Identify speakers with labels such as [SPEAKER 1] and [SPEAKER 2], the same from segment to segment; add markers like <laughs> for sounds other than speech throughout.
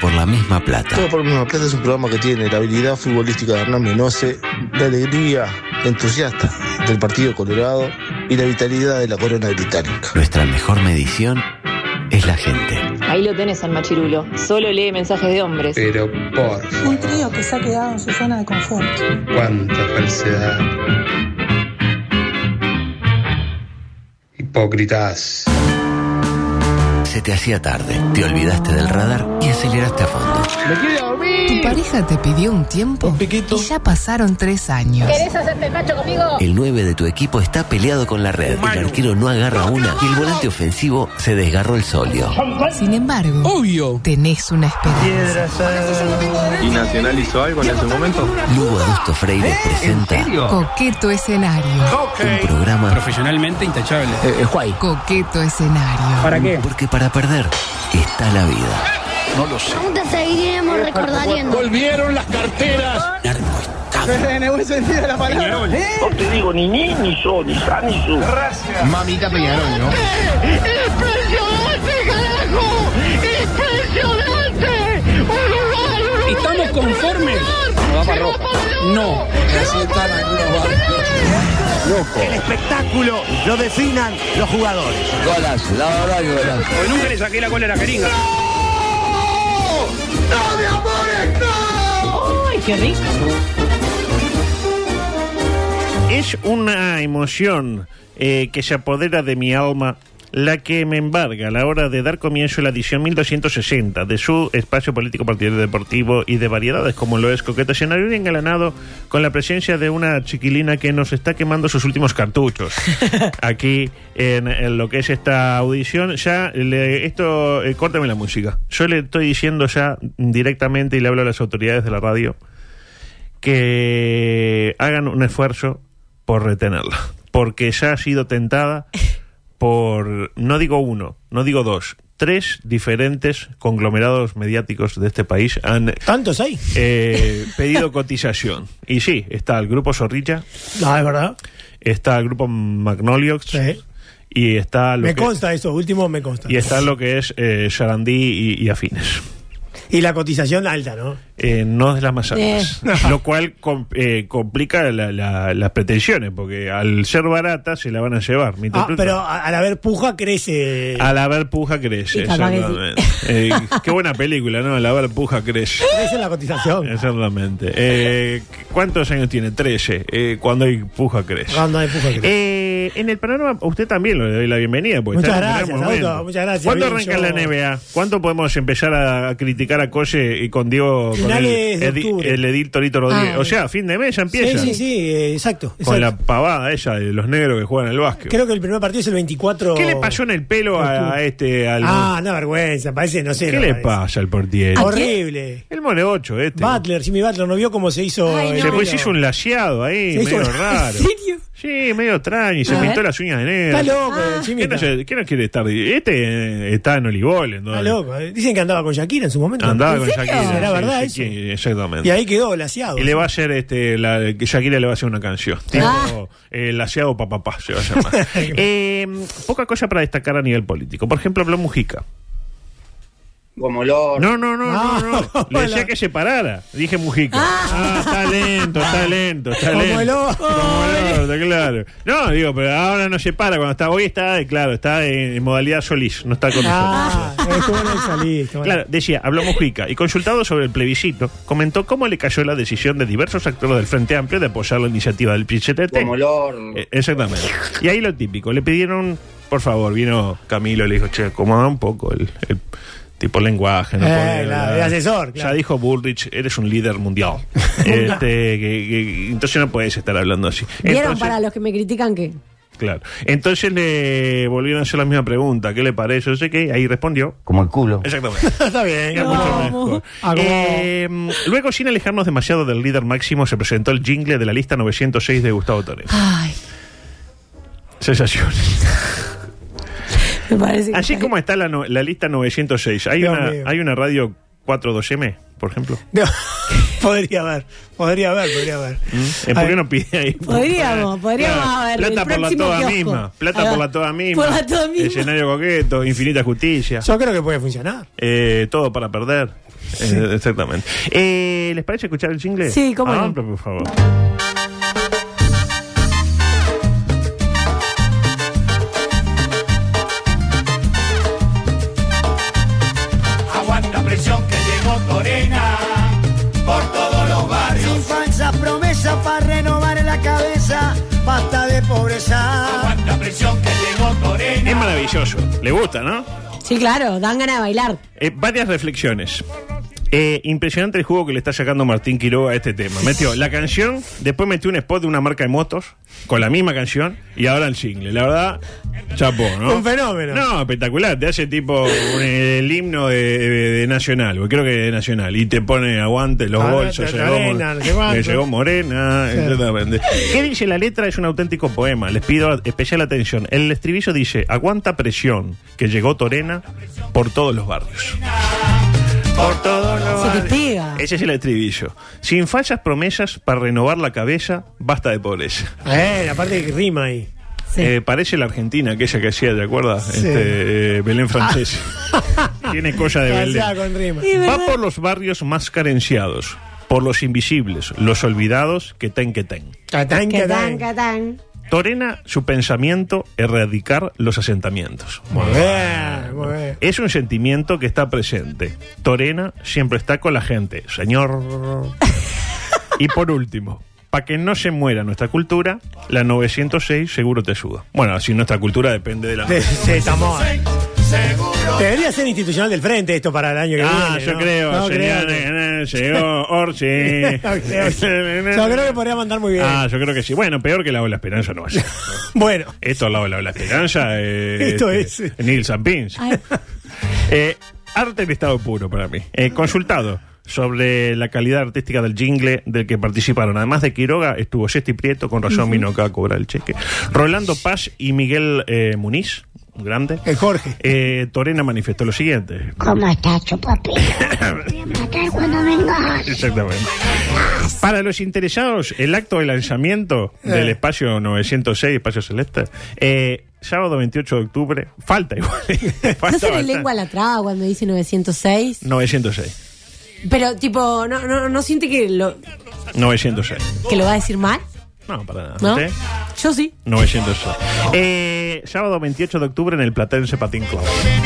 [SPEAKER 1] por la misma plata.
[SPEAKER 2] Todo por la misma plata es un programa que tiene la habilidad futbolística de Hernán Menose, la alegría entusiasta del Partido Colorado y la vitalidad de la corona británica.
[SPEAKER 1] Nuestra mejor medición es la gente.
[SPEAKER 3] Ahí lo tenés al machirulo. Solo lee mensajes de hombres.
[SPEAKER 4] Pero por
[SPEAKER 5] Un trío que se ha quedado en su zona de confort.
[SPEAKER 4] cuánta falsedad. Hipócritas.
[SPEAKER 1] Se te hacía tarde, te olvidaste del radar y aceleraste a fondo.
[SPEAKER 6] Tu pareja te pidió un tiempo y ya pasaron tres años.
[SPEAKER 1] El 9 de tu equipo está peleado con la red, el arquero no agarra una y el volante ofensivo se desgarró el solio.
[SPEAKER 6] Sin embargo, obvio, tenés una esperanza.
[SPEAKER 7] ¿Y Nacional hizo algo en ese momento?
[SPEAKER 1] Lugo Augusto
[SPEAKER 8] ¿Eh?
[SPEAKER 1] Freire presenta
[SPEAKER 6] Coqueto escenario.
[SPEAKER 1] un programa
[SPEAKER 9] Profesionalmente intachable.
[SPEAKER 6] Coqueto escenario.
[SPEAKER 1] porque para perder está la vida.
[SPEAKER 10] Aún te seguiremos recordando.
[SPEAKER 9] ¿Estamos conformes? No. Porque nunca le saqué la cola a la jeringa.
[SPEAKER 8] Es una emoción eh, que se apodera de mi alma, la que me embarga a la hora de dar comienzo a la edición 1260 de su espacio político, partidario, deportivo y de variedades, como lo es Coqueta Escenario, y engalanado con la presencia de una chiquilina que nos está quemando sus últimos cartuchos aquí en, en lo que es esta audición. Ya, le- esto, eh, córtame la música. Yo le estoy diciendo ya directamente y le hablo a las autoridades de la radio que hagan un esfuerzo por retenerla, porque ya ha sido tentada por, no digo uno, no digo dos, tres diferentes conglomerados mediáticos de este país han
[SPEAKER 11] ¿Tantos hay?
[SPEAKER 8] eh, pedido cotización. Y sí, está el grupo Zorrilla,
[SPEAKER 11] No, es verdad.
[SPEAKER 8] está el grupo Magnoliox
[SPEAKER 11] Sí.
[SPEAKER 8] y está lo
[SPEAKER 11] Me
[SPEAKER 8] que,
[SPEAKER 11] consta eso, último me consta.
[SPEAKER 8] y está lo que es eh, Sarandí y- y afines.
[SPEAKER 11] Y la cotización alta, ¿no?
[SPEAKER 8] eh, no de las más altas. Lo cual com- eh, complica la- la- las pretensiones, porque al ser barata se la van a llevar.
[SPEAKER 11] Ah,
[SPEAKER 8] ¿me interpreto?
[SPEAKER 11] pero a- al haber puja crece.
[SPEAKER 8] Al haber puja crece,
[SPEAKER 12] Y capaz que sí.
[SPEAKER 8] exactamente. Eh, qué buena película, ¿no? Al haber puja crece.
[SPEAKER 11] Crece la cotización.
[SPEAKER 8] Exactamente. Eh, ¿Cuántos años tiene? 13. Eh, cuando hay puja crece.
[SPEAKER 11] Cuando hay puja crece.
[SPEAKER 8] Eh, en el panorama, a usted también le doy la bienvenida. porque
[SPEAKER 11] Muchas
[SPEAKER 8] está en un gran
[SPEAKER 11] gracias, Augusto,
[SPEAKER 8] momento.
[SPEAKER 11] muchas gracias,
[SPEAKER 8] ¿Cuándo
[SPEAKER 11] bien,
[SPEAKER 8] arranca
[SPEAKER 11] yo-
[SPEAKER 8] la NBA? ¿Cuándo podemos empezar a, a criticar a Coche y con Diego? con
[SPEAKER 11] Finales
[SPEAKER 8] el,
[SPEAKER 11] de
[SPEAKER 8] edi-
[SPEAKER 11] octubre.
[SPEAKER 8] el edil Torito Rodríguez.
[SPEAKER 12] Ah.
[SPEAKER 8] o sea, fin de mes ya
[SPEAKER 11] Sí,
[SPEAKER 8] empieza.
[SPEAKER 11] sí, sí, eh, exacto.
[SPEAKER 8] Con
[SPEAKER 11] exacto.
[SPEAKER 8] la pavada esa de los negros que juegan al básquet.
[SPEAKER 11] Creo que el primer partido es el 24.
[SPEAKER 8] ¿Qué le pasó en el pelo a, a este? Al,
[SPEAKER 11] Ah, una vergüenza, parece, no sé.
[SPEAKER 8] ¿Qué
[SPEAKER 11] no,
[SPEAKER 8] le
[SPEAKER 11] parece. Ah,
[SPEAKER 8] pasa al portiero?
[SPEAKER 11] Horrible.
[SPEAKER 8] El mole 8 este.
[SPEAKER 11] Butler, Jimmy Butler, ¿no vio cómo se hizo?
[SPEAKER 12] Ay,
[SPEAKER 11] el
[SPEAKER 12] no.
[SPEAKER 8] Se pues
[SPEAKER 11] pelo?
[SPEAKER 8] hizo un laseado ahí,
[SPEAKER 11] Se hizo
[SPEAKER 8] medio
[SPEAKER 11] un- <laughs>
[SPEAKER 8] raro.
[SPEAKER 12] ¿En serio?
[SPEAKER 8] Sí, medio extraño. Y se
[SPEAKER 12] A
[SPEAKER 8] pintó
[SPEAKER 12] ver.
[SPEAKER 8] las uñas de negro.
[SPEAKER 11] Está loco, el Jimmy.
[SPEAKER 8] ¿Qué no,
[SPEAKER 11] Está,
[SPEAKER 8] se- qué no quiere estar? Este eh, está en Olivol. en
[SPEAKER 11] está
[SPEAKER 8] donde-
[SPEAKER 11] loco. eh. Dicen que andaba con Shakira en su momento.
[SPEAKER 8] Andaba
[SPEAKER 11] ¿En
[SPEAKER 8] con
[SPEAKER 11] serio?
[SPEAKER 8] Shakira.
[SPEAKER 11] ¿Será
[SPEAKER 8] sí,
[SPEAKER 11] verdad
[SPEAKER 8] sí,
[SPEAKER 11] eso?
[SPEAKER 8] sí, exactamente.
[SPEAKER 11] Y ahí quedó laseado.
[SPEAKER 8] Y le va a hacer, este, la, que Shakira le va a hacer una canción. Tipo,
[SPEAKER 11] Ah.
[SPEAKER 8] eh, Laseado Papapá se va a
[SPEAKER 11] <laughs>
[SPEAKER 8] llamar. Eh, poca cosa para destacar a nivel político. Por ejemplo, habló Mujica.
[SPEAKER 7] Como Lord.
[SPEAKER 8] No, no, no, no, no.
[SPEAKER 11] <laughs> No,
[SPEAKER 8] Le decía
[SPEAKER 11] hola.
[SPEAKER 8] que se parara. Dije Mujica. Ah, está lento, está lento, está
[SPEAKER 11] Como
[SPEAKER 8] lento.
[SPEAKER 11] el
[SPEAKER 13] <laughs>
[SPEAKER 11] orto.
[SPEAKER 13] Oh.
[SPEAKER 8] Como el orto, claro. No, digo, pero ahora no se para. Cuando está hoy está, eh, claro, está en, en modalidad Solís, no está con
[SPEAKER 11] Ah, estuvo en el salí, estuvo en el-
[SPEAKER 8] Claro, decía, habló Mujica y consultado sobre el plebiscito, comentó cómo le cayó la decisión de diversos actores del Frente Amplio de apoyar la iniciativa del PCT.
[SPEAKER 7] Como Lord.
[SPEAKER 8] Eh, Exactamente. Y ahí lo típico, le pidieron, por favor, vino Camilo, le dijo, che, acomoda un poco el, el tipo lenguaje. No
[SPEAKER 11] Eh,
[SPEAKER 8] podés
[SPEAKER 11] claro,
[SPEAKER 8] hablar".
[SPEAKER 11] el asesor, claro.
[SPEAKER 8] Ya dijo Bullrich, eres un líder
[SPEAKER 12] <laughs>
[SPEAKER 8] mundial. Este, que- que- entonces no puedes estar hablando así.
[SPEAKER 12] ¿Vieron
[SPEAKER 8] Entonces-
[SPEAKER 12] para los que me critican que
[SPEAKER 8] Claro. Entonces le volvieron a hacer la misma pregunta, ¿qué le parece? Yo sé que ahí respondió.
[SPEAKER 1] Como el culo.
[SPEAKER 11] <laughs>
[SPEAKER 8] Exactamente.
[SPEAKER 11] Está bien.
[SPEAKER 8] Era mucho mejor.
[SPEAKER 11] Ah, como-
[SPEAKER 8] Eh, luego, sin alejarnos demasiado del líder máximo, se presentó el jingle de la lista 906 de Gustavo Torres.
[SPEAKER 12] Ay,
[SPEAKER 8] Sensaciones.
[SPEAKER 12] me parece que
[SPEAKER 8] Así como está la, no- la lista 906, hay
[SPEAKER 11] Dios
[SPEAKER 8] una,
[SPEAKER 11] mío.
[SPEAKER 8] hay una radio 4-2M, por ejemplo?
[SPEAKER 11] No, <laughs> podría haber, podría haber, podría haber.
[SPEAKER 8] Eh, ¿Por qué no pide ahí?
[SPEAKER 12] Podríamos, podríamos
[SPEAKER 8] Claro,
[SPEAKER 12] haber.
[SPEAKER 8] Plata
[SPEAKER 12] el
[SPEAKER 8] por la
[SPEAKER 12] próximo
[SPEAKER 8] toda
[SPEAKER 12] kiosco.
[SPEAKER 8] misma.
[SPEAKER 12] Ahí
[SPEAKER 8] Plata
[SPEAKER 12] va.
[SPEAKER 8] por la toda misma.
[SPEAKER 12] Por la toda misma.
[SPEAKER 8] Escenario coqueto, infinita justicia.
[SPEAKER 11] Yo creo que puede funcionar.
[SPEAKER 8] Eh, todo para perder. Eh, exactamente. Eh, ¿Les parece escuchar el jingle?
[SPEAKER 11] Sí, cómo no.
[SPEAKER 8] Ah, por favor.
[SPEAKER 14] Aguanta presión que llegó Corena por todos los barrios.
[SPEAKER 13] Sin falsas promesas para renovar la cabeza, basta de pobreza.
[SPEAKER 14] Aguanta presión que llegó Corena.
[SPEAKER 8] Es maravilloso. ¿Le gusta, no?
[SPEAKER 12] Sí, claro, dan ganas de bailar.
[SPEAKER 8] Eh, varias reflexiones. Eh, impresionante el juego que le está sacando Martín Quiroga a este tema. Metió la canción, después metió un spot de una marca de motos con la misma canción y ahora el single. La verdad, chapó, ¿no?
[SPEAKER 11] Un fenómeno.
[SPEAKER 8] No, espectacular. Te hace tipo un- el himno de, de- de Nacional, porque creo que de Nacional. Y te pone aguante los
[SPEAKER 11] Aguante,
[SPEAKER 8] bolsos. Llegó,
[SPEAKER 11] Morena,
[SPEAKER 8] Mo-
[SPEAKER 11] no sé cuánto.
[SPEAKER 8] me llegó Morena.
[SPEAKER 11] Sí.
[SPEAKER 8] exactamente. ¿Qué dice la letra? Es un auténtico poema. Les pido especial atención. El estribillo dice: Aguanta presión que llegó Torena por todos los barrios. Por todos los
[SPEAKER 12] Se te pega.
[SPEAKER 8] Ese es el estribillo. Sin falsas promesas para renovar la cabeza, basta de pobreza.
[SPEAKER 11] Eh, la parte que rima ahí.
[SPEAKER 8] Eh, parece la Argentina, aquella que hacía, ¿te acuerdas?
[SPEAKER 11] Sí.
[SPEAKER 8] Este, eh,
[SPEAKER 11] <laughs>
[SPEAKER 8] Belén francés. Tiene cosa de
[SPEAKER 11] Ya,
[SPEAKER 8] Belén.
[SPEAKER 11] ya, con rima.
[SPEAKER 8] Va por los barrios más carenciados, por los invisibles, los olvidados, que ten que ten.
[SPEAKER 11] Catán,
[SPEAKER 12] Catán,
[SPEAKER 11] catán.
[SPEAKER 12] catán.
[SPEAKER 8] Torena, su pensamiento, erradicar los asentamientos.
[SPEAKER 11] Muy bien, muy bien.
[SPEAKER 8] Es un sentimiento que está presente. Torena siempre está con la gente, señor. Y por último, para que no se muera nuestra cultura, la 906 seguro te ayuda. Bueno, si nuestra cultura depende de la...
[SPEAKER 11] Sí, sí, estamos. Debería ser institucional del frente esto para el año que
[SPEAKER 8] <laughs> Ah,
[SPEAKER 11] viene.
[SPEAKER 8] yo
[SPEAKER 11] ¿no?
[SPEAKER 8] creo,
[SPEAKER 11] No,
[SPEAKER 8] señor,
[SPEAKER 11] creo.
[SPEAKER 8] eh, eh, llegó Orsi.
[SPEAKER 11] <laughs> No creo. Yo creo que podría mandar muy bien.
[SPEAKER 8] <laughs> Ah, yo creo que sí. Bueno, peor que la Ola Esperanza no va a ser.
[SPEAKER 11] Bueno,
[SPEAKER 8] Esto al lado de la Ola Esperanza eh,
[SPEAKER 11] Esto
[SPEAKER 8] este, Neil Sampins. Eh, arte en estado puro para mí. Eh, consultado sobre la calidad artística del jingle del que participaron. Además de Quiroga, estuvo Jesti Prieto, con razón vino acá a cobrar el cheque. Rolando Paz y Miguel eh, Muniz, un grande. Eh,
[SPEAKER 11] El eh, Jorge.
[SPEAKER 8] Torena manifestó lo siguiente.
[SPEAKER 10] ¿Cómo estás,
[SPEAKER 8] <coughs>
[SPEAKER 10] chupapi? Te voy a matar cuando vengas.
[SPEAKER 8] Exactamente. Para los interesados, el acto de lanzamiento del
[SPEAKER 12] Eh.
[SPEAKER 8] espacio 906, espacio celeste, eh, sábado 28 de octubre, falta igual. ¿eh?
[SPEAKER 12] <laughs> No
[SPEAKER 8] falta
[SPEAKER 12] se le
[SPEAKER 8] bastante.
[SPEAKER 12] lengua la traba cuando dice 906.
[SPEAKER 8] 906.
[SPEAKER 12] Pero, tipo, ¿no, no, no siente que lo,
[SPEAKER 8] 906.
[SPEAKER 12] que lo va a decir mal?
[SPEAKER 8] No, para nada.
[SPEAKER 12] ¿No?
[SPEAKER 8] ¿Usted?
[SPEAKER 12] Yo sí.
[SPEAKER 8] 906. Eh, sábado 28 de octubre en el Platense Patín Club.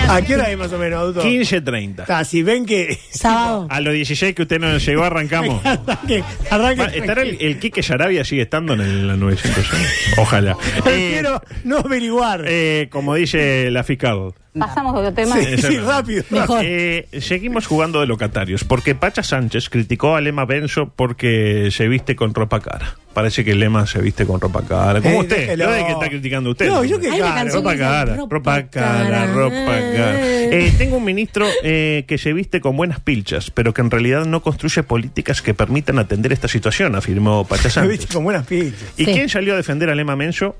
[SPEAKER 11] ¿a qué hora es más o menos, adulto?
[SPEAKER 8] 15.30.
[SPEAKER 11] Ah, si ven que.
[SPEAKER 12] Sábado.
[SPEAKER 8] A los 16 que usted no llegó,
[SPEAKER 12] <laughs>
[SPEAKER 8] arrancamos.
[SPEAKER 11] <laughs> arranque, arranque.
[SPEAKER 8] Va- ¿Estará el, el Quique Sarabia sigue estando en el, la 906? Ojalá. Eh,
[SPEAKER 11] <laughs> Prefiero no averiguar.
[SPEAKER 8] eh, como dice la fiscal.
[SPEAKER 3] Pasamos a otro tema.
[SPEAKER 11] sí, sí, rápido.
[SPEAKER 8] Eh, seguimos jugando de locatarios, porque Pacha Sánchez criticó a Lema Benzo porque se viste con ropa cara. Parece que Lema se viste con ropa cara. Como
[SPEAKER 11] Eh,
[SPEAKER 8] usted,
[SPEAKER 11] déjelo.
[SPEAKER 8] no es que está criticando usted.
[SPEAKER 11] No, yo qué
[SPEAKER 12] Hay una
[SPEAKER 11] cara.
[SPEAKER 12] canción
[SPEAKER 8] Ropa
[SPEAKER 12] que dice,
[SPEAKER 8] cara, ropa cara, ropa cara. Eh, tengo un ministro eh, que se viste con buenas pilchas, pero que en realidad no construye políticas que permitan atender esta situación, afirmó
[SPEAKER 11] <laughs>
[SPEAKER 8] Pacha
[SPEAKER 11] Me viste
[SPEAKER 8] Sánchez.
[SPEAKER 11] con buenas pintas.
[SPEAKER 8] ¿Y
[SPEAKER 12] Sí.
[SPEAKER 8] quién salió a defender a Lema Benzo?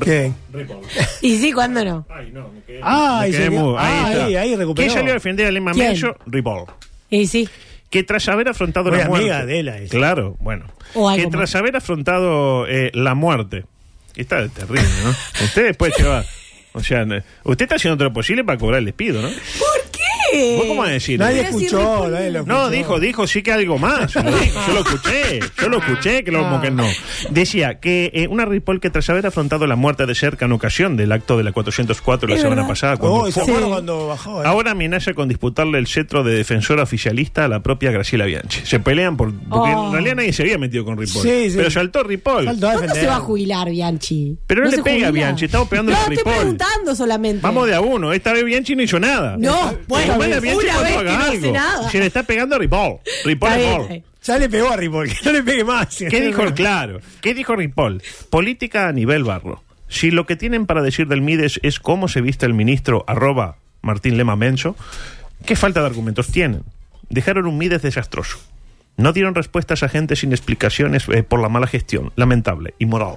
[SPEAKER 11] ¿Qué?
[SPEAKER 12] Y sí, ¿cuándo no?
[SPEAKER 11] Ay,
[SPEAKER 8] Me quedé
[SPEAKER 11] señor.
[SPEAKER 8] mudo.
[SPEAKER 11] Ah,
[SPEAKER 8] está.
[SPEAKER 11] ahí, ahí recuperó.
[SPEAKER 8] ¿Quién salió a defender a Lema
[SPEAKER 12] ¿Quién?
[SPEAKER 8] Benzo? Ripoll.
[SPEAKER 12] Y sí.
[SPEAKER 8] que tras haber afrontado
[SPEAKER 11] Muy
[SPEAKER 8] la muerte.
[SPEAKER 11] amiga de él, a ella.
[SPEAKER 8] Claro, bueno.
[SPEAKER 12] O algo
[SPEAKER 8] Que tras
[SPEAKER 12] más.
[SPEAKER 8] haber afrontado eh, la muerte. Está terrible, ¿no? usted después se va. O sea, no- usted está haciendo todo lo posible para cobrar el despido, ¿no?
[SPEAKER 12] ¿Por qué?
[SPEAKER 8] ¿Vos cómo vas a decir?
[SPEAKER 11] Nadie
[SPEAKER 12] Pero si
[SPEAKER 11] escuchó,
[SPEAKER 12] respondió.
[SPEAKER 11] nadie lo escuchó.
[SPEAKER 8] No, dijo, dijo sí que algo más. Lo dijo, yo lo escuché, yo lo escuché, que lo como que no. Decía que eh, una Ripoll que tras haber afrontado la muerte de cerca en ocasión del acto de la 404 la
[SPEAKER 12] Es
[SPEAKER 8] semana
[SPEAKER 12] verdad.
[SPEAKER 8] pasada, cuando
[SPEAKER 11] Oh, se
[SPEAKER 8] fue-
[SPEAKER 11] acuerda cuando bajó. eh.
[SPEAKER 8] Ahora amenaza con disputarle el cetro de defensora oficialista a la propia Graciela Bianchi. Se pelean por, porque
[SPEAKER 12] Oh.
[SPEAKER 8] en realidad nadie se había metido con Ripoll.
[SPEAKER 11] Sí, sí.
[SPEAKER 8] Pero saltó Ripoll.
[SPEAKER 11] Faltó a
[SPEAKER 12] ¿Cuándo se
[SPEAKER 11] defender.
[SPEAKER 12] va a jubilar Bianchi?
[SPEAKER 8] Pero no le
[SPEAKER 12] se
[SPEAKER 8] pega a Bianchi, estamos pegando
[SPEAKER 12] No,
[SPEAKER 8] el
[SPEAKER 12] estoy
[SPEAKER 8] ripoll.
[SPEAKER 12] preguntando solamente.
[SPEAKER 8] Vamos de a uno. Esta vez Bianchi no hizo nada.
[SPEAKER 12] No, bueno,
[SPEAKER 8] Igual a Bianchi
[SPEAKER 12] una
[SPEAKER 8] cuando
[SPEAKER 12] vez
[SPEAKER 8] haga
[SPEAKER 12] que no
[SPEAKER 8] algo.
[SPEAKER 12] hace nada.
[SPEAKER 8] Se le está pegando a Ripoll. Ripoll
[SPEAKER 12] Está
[SPEAKER 8] es
[SPEAKER 12] bien,
[SPEAKER 8] Paul.
[SPEAKER 12] está bien.
[SPEAKER 11] Ya le pegó a Ripoll, que no le pegue más. <laughs>
[SPEAKER 8] ¿Qué dijo el claro? ¿Qué dijo Ripoll? Política a nivel barro. Si lo que tienen para decir del Mides es cómo se viste el ministro arroba Martín Lema Menso, ¿qué falta de argumentos tienen? Dejaron un Mides desastroso. No dieron respuestas a gente sin explicaciones eh, por la mala gestión. Lamentable, inmoral.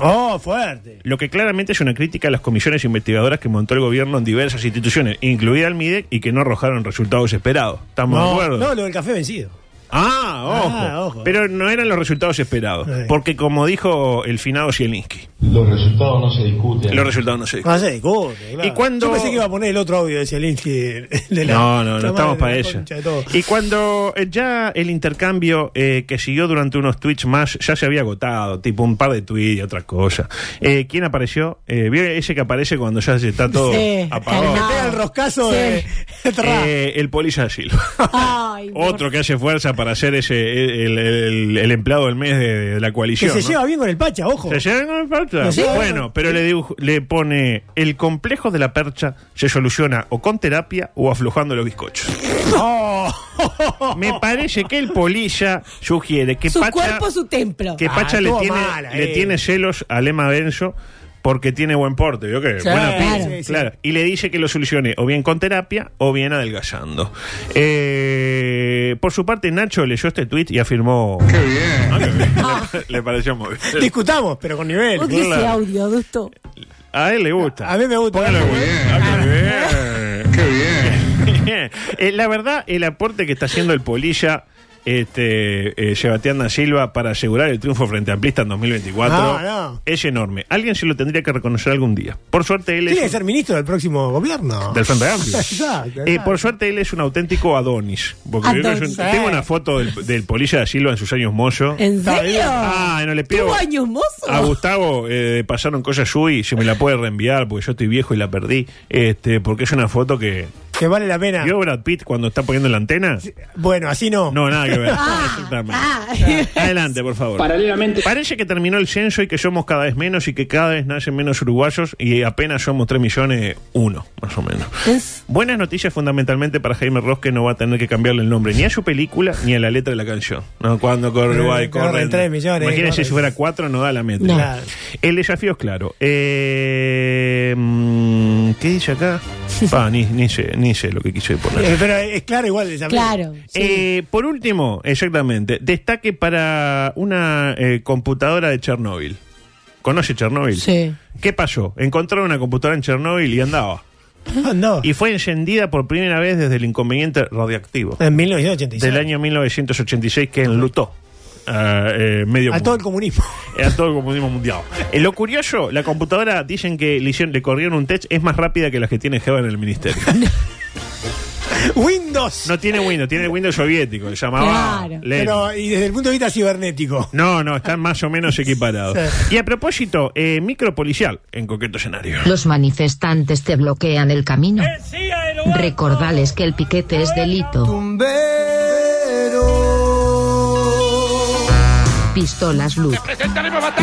[SPEAKER 11] Oh, fuerte.
[SPEAKER 8] Lo que claramente es una crítica a las comisiones investigadoras que montó el gobierno en diversas instituciones, incluida el MIDEC, y que no arrojaron resultados esperados. ¿Estamos de
[SPEAKER 11] no,
[SPEAKER 8] acuerdo?
[SPEAKER 11] no, lo del café vencido.
[SPEAKER 8] Ah, ojo.
[SPEAKER 11] Ah, ojo.
[SPEAKER 8] Pero no eran los resultados esperados.
[SPEAKER 11] Sí.
[SPEAKER 8] Porque como dijo el finado Zielinski,
[SPEAKER 15] Los resultados no se discuten.
[SPEAKER 8] los resultados no se
[SPEAKER 11] No Ah, se discute, claro.
[SPEAKER 8] ¿Y cuándo-
[SPEAKER 11] Yo pensé que iba a poner el otro audio de Zielinski. de la-
[SPEAKER 8] No, no, no
[SPEAKER 11] la madre,
[SPEAKER 8] estamos para
[SPEAKER 11] la
[SPEAKER 8] eso.
[SPEAKER 11] concha de todo.
[SPEAKER 8] Y cuando eh, ya el intercambio eh, que siguió durante unos tweets más ya se había agotado, tipo un par de tweets y otra cosa, eh, ¿quién apareció? Eh, ¿Vio ese que aparece cuando ya se está todo
[SPEAKER 11] Sí,
[SPEAKER 8] apagado?
[SPEAKER 11] que pega el roscazo
[SPEAKER 8] Sí.
[SPEAKER 11] de. Tra.
[SPEAKER 8] Eh, el policía de asilo.
[SPEAKER 11] Ah.
[SPEAKER 8] <laughs> Otro que hace fuerza para ser ese el, el- el- el empleado del mes de, de la
[SPEAKER 11] que
[SPEAKER 8] coalición.
[SPEAKER 11] se
[SPEAKER 8] ¿no?
[SPEAKER 11] lleva bien con el Pacha, ojo.
[SPEAKER 8] Se llevan con el Pacha.
[SPEAKER 11] No sé.
[SPEAKER 8] Bueno, pero le, dibuj- le pone el complejo de la percha se soluciona o con terapia o aflojando los bizcochos.
[SPEAKER 11] Oh.
[SPEAKER 8] <laughs>
[SPEAKER 12] <laughs>
[SPEAKER 8] Me parece que el polilla sugiere que
[SPEAKER 12] su
[SPEAKER 8] Pacha,
[SPEAKER 12] cuerpo, su templo.
[SPEAKER 8] que Pacha
[SPEAKER 12] Ah,
[SPEAKER 8] le,
[SPEAKER 12] estuvo
[SPEAKER 8] tiene,
[SPEAKER 12] mala,
[SPEAKER 8] le
[SPEAKER 12] eh.
[SPEAKER 8] tiene celos a Lema Benzo porque tiene buen porte, ¿vio que?
[SPEAKER 12] Sí,
[SPEAKER 8] Buena pinta,
[SPEAKER 12] claro. Sí, sí.
[SPEAKER 8] claro. Y le dice que lo solucione o bien con terapia o bien adelgazando. Eh, por su parte, Nacho leyó este tweet y afirmó... Ah, ¡Qué bien!
[SPEAKER 12] <laughs>
[SPEAKER 8] le, le pareció muy bien.
[SPEAKER 11] Discutamos, pero con nivel.
[SPEAKER 12] Odio ese audio, Dusto.
[SPEAKER 8] A él le gusta. Ah,
[SPEAKER 11] A mí me gusta.
[SPEAKER 8] Eh, la verdad, el aporte que está haciendo el Polilla, este, eh, Sebastián da Silva, para asegurar el triunfo frente a Amplista en 2024,
[SPEAKER 11] No, no.
[SPEAKER 8] es enorme. Alguien se lo tendría que reconocer algún día. Por suerte, él es.
[SPEAKER 11] Tiene que
[SPEAKER 8] un-
[SPEAKER 11] ser ministro del próximo gobierno.
[SPEAKER 8] Del Frente
[SPEAKER 11] <laughs>
[SPEAKER 8] Amplio.
[SPEAKER 11] Exacto,
[SPEAKER 8] Eh,
[SPEAKER 11] exacto.
[SPEAKER 8] por suerte, él es un auténtico Adonis. Porque yo creo que es un-
[SPEAKER 11] Adonis, eh.
[SPEAKER 8] tengo una foto del, del Polilla da Silva en sus años mozo.
[SPEAKER 12] ¿En serio?
[SPEAKER 8] Ah, no le pido.
[SPEAKER 12] ¿Tuvo años mozo?
[SPEAKER 8] A Gustavo eh, pasaron cosas suyas y se me la puede reenviar porque yo estoy viejo y la perdí. Este, porque es una foto que.
[SPEAKER 11] Que vale la pena.
[SPEAKER 8] ¿Vio Brad Pitt cuando está poniendo la antena?
[SPEAKER 11] Bueno, así no.
[SPEAKER 8] No,
[SPEAKER 11] <laughs>
[SPEAKER 8] nada que ver.
[SPEAKER 11] Ah.
[SPEAKER 12] Ah,
[SPEAKER 8] Exactamente. Adelante, por favor.
[SPEAKER 9] Paralelamente.
[SPEAKER 8] Parece que terminó el censo y que somos cada vez menos y que cada vez nacen menos uruguayos y apenas somos 3 millones uno, más o menos. Buenas noticias fundamentalmente para Jaime Ross que no va a tener que cambiarle el nombre ni a su película ni a la letra de la canción. No, cuando corre Uruguay,
[SPEAKER 11] Eh, corren
[SPEAKER 8] corren.
[SPEAKER 11] tres millones,
[SPEAKER 8] Imagínense
[SPEAKER 11] corren.
[SPEAKER 8] si fuera 4 no da la meta.
[SPEAKER 11] No. Claro.
[SPEAKER 8] El desafío es claro. Eh, mm, ¿Qué
[SPEAKER 11] <laughs>
[SPEAKER 8] dice acá? Pa, ni, ni sé, ni sé lo que quise poner.
[SPEAKER 11] Eh, pero es claro igual. el desafío.
[SPEAKER 12] Claro.
[SPEAKER 8] Eh, por último, exactamente, destaque para una eh, computadora de Chernóbil. ¿Conoce Chernóbil?
[SPEAKER 12] Sí.
[SPEAKER 8] ¿Qué pasó? Encontraron una computadora en Chernóbil y andaba.
[SPEAKER 11] Ah, <laughs> no.
[SPEAKER 8] Y fue encendida por primera vez desde el inconveniente radioactivo
[SPEAKER 11] En 1986.
[SPEAKER 8] del año 1986 que enlutó. a, eh, medio
[SPEAKER 11] A
[SPEAKER 8] mundo.
[SPEAKER 11] todo el comunismo. <laughs>
[SPEAKER 8] Eh, a todo el comunismo mundial. Eh, lo curioso, la computadora, dicen que le, hicieron- le corrieron un test, es más rápida que las que tiene Jeva en
[SPEAKER 11] <laughs>
[SPEAKER 8] el ministerio.
[SPEAKER 11] Windows.
[SPEAKER 8] No tiene Windows, tiene Windows soviético, le llamaba
[SPEAKER 12] Claro.
[SPEAKER 8] Lenin.
[SPEAKER 11] Pero, y desde el punto de vista cibernético.
[SPEAKER 8] No, no, están más o menos equiparados.
[SPEAKER 11] Sí.
[SPEAKER 8] Y a propósito, eh, micropolicial, en concreto escenario.
[SPEAKER 16] Los manifestantes te bloquean el camino. Recordales que el piquete es delito. Pistolas luz.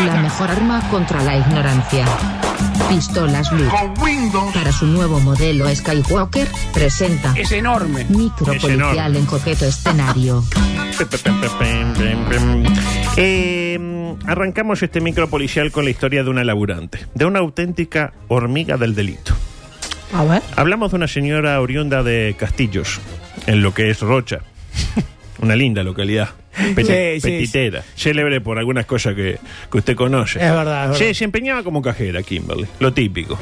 [SPEAKER 16] La mejor arma contra la ignorancia. Pistolas luz. Para su nuevo modelo Skywalker, presenta
[SPEAKER 9] Es enorme.
[SPEAKER 8] Es
[SPEAKER 16] micropolicial
[SPEAKER 8] enorme.
[SPEAKER 16] en coqueto escenario.
[SPEAKER 8] Eh, arrancamos este micropolicial con la historia de una laburante, de una auténtica hormiga del delito.
[SPEAKER 12] A ver.
[SPEAKER 8] Hablamos de una señora oriunda de Castillos, en lo que es Rocha. Una linda localidad. Peti-
[SPEAKER 11] Sí, sí,
[SPEAKER 8] petitera. Célebre por algunas cosas que, que usted conoce.
[SPEAKER 11] Es verdad, es verdad.
[SPEAKER 8] Se desempeñaba como cajera, Kimberly. Lo típico.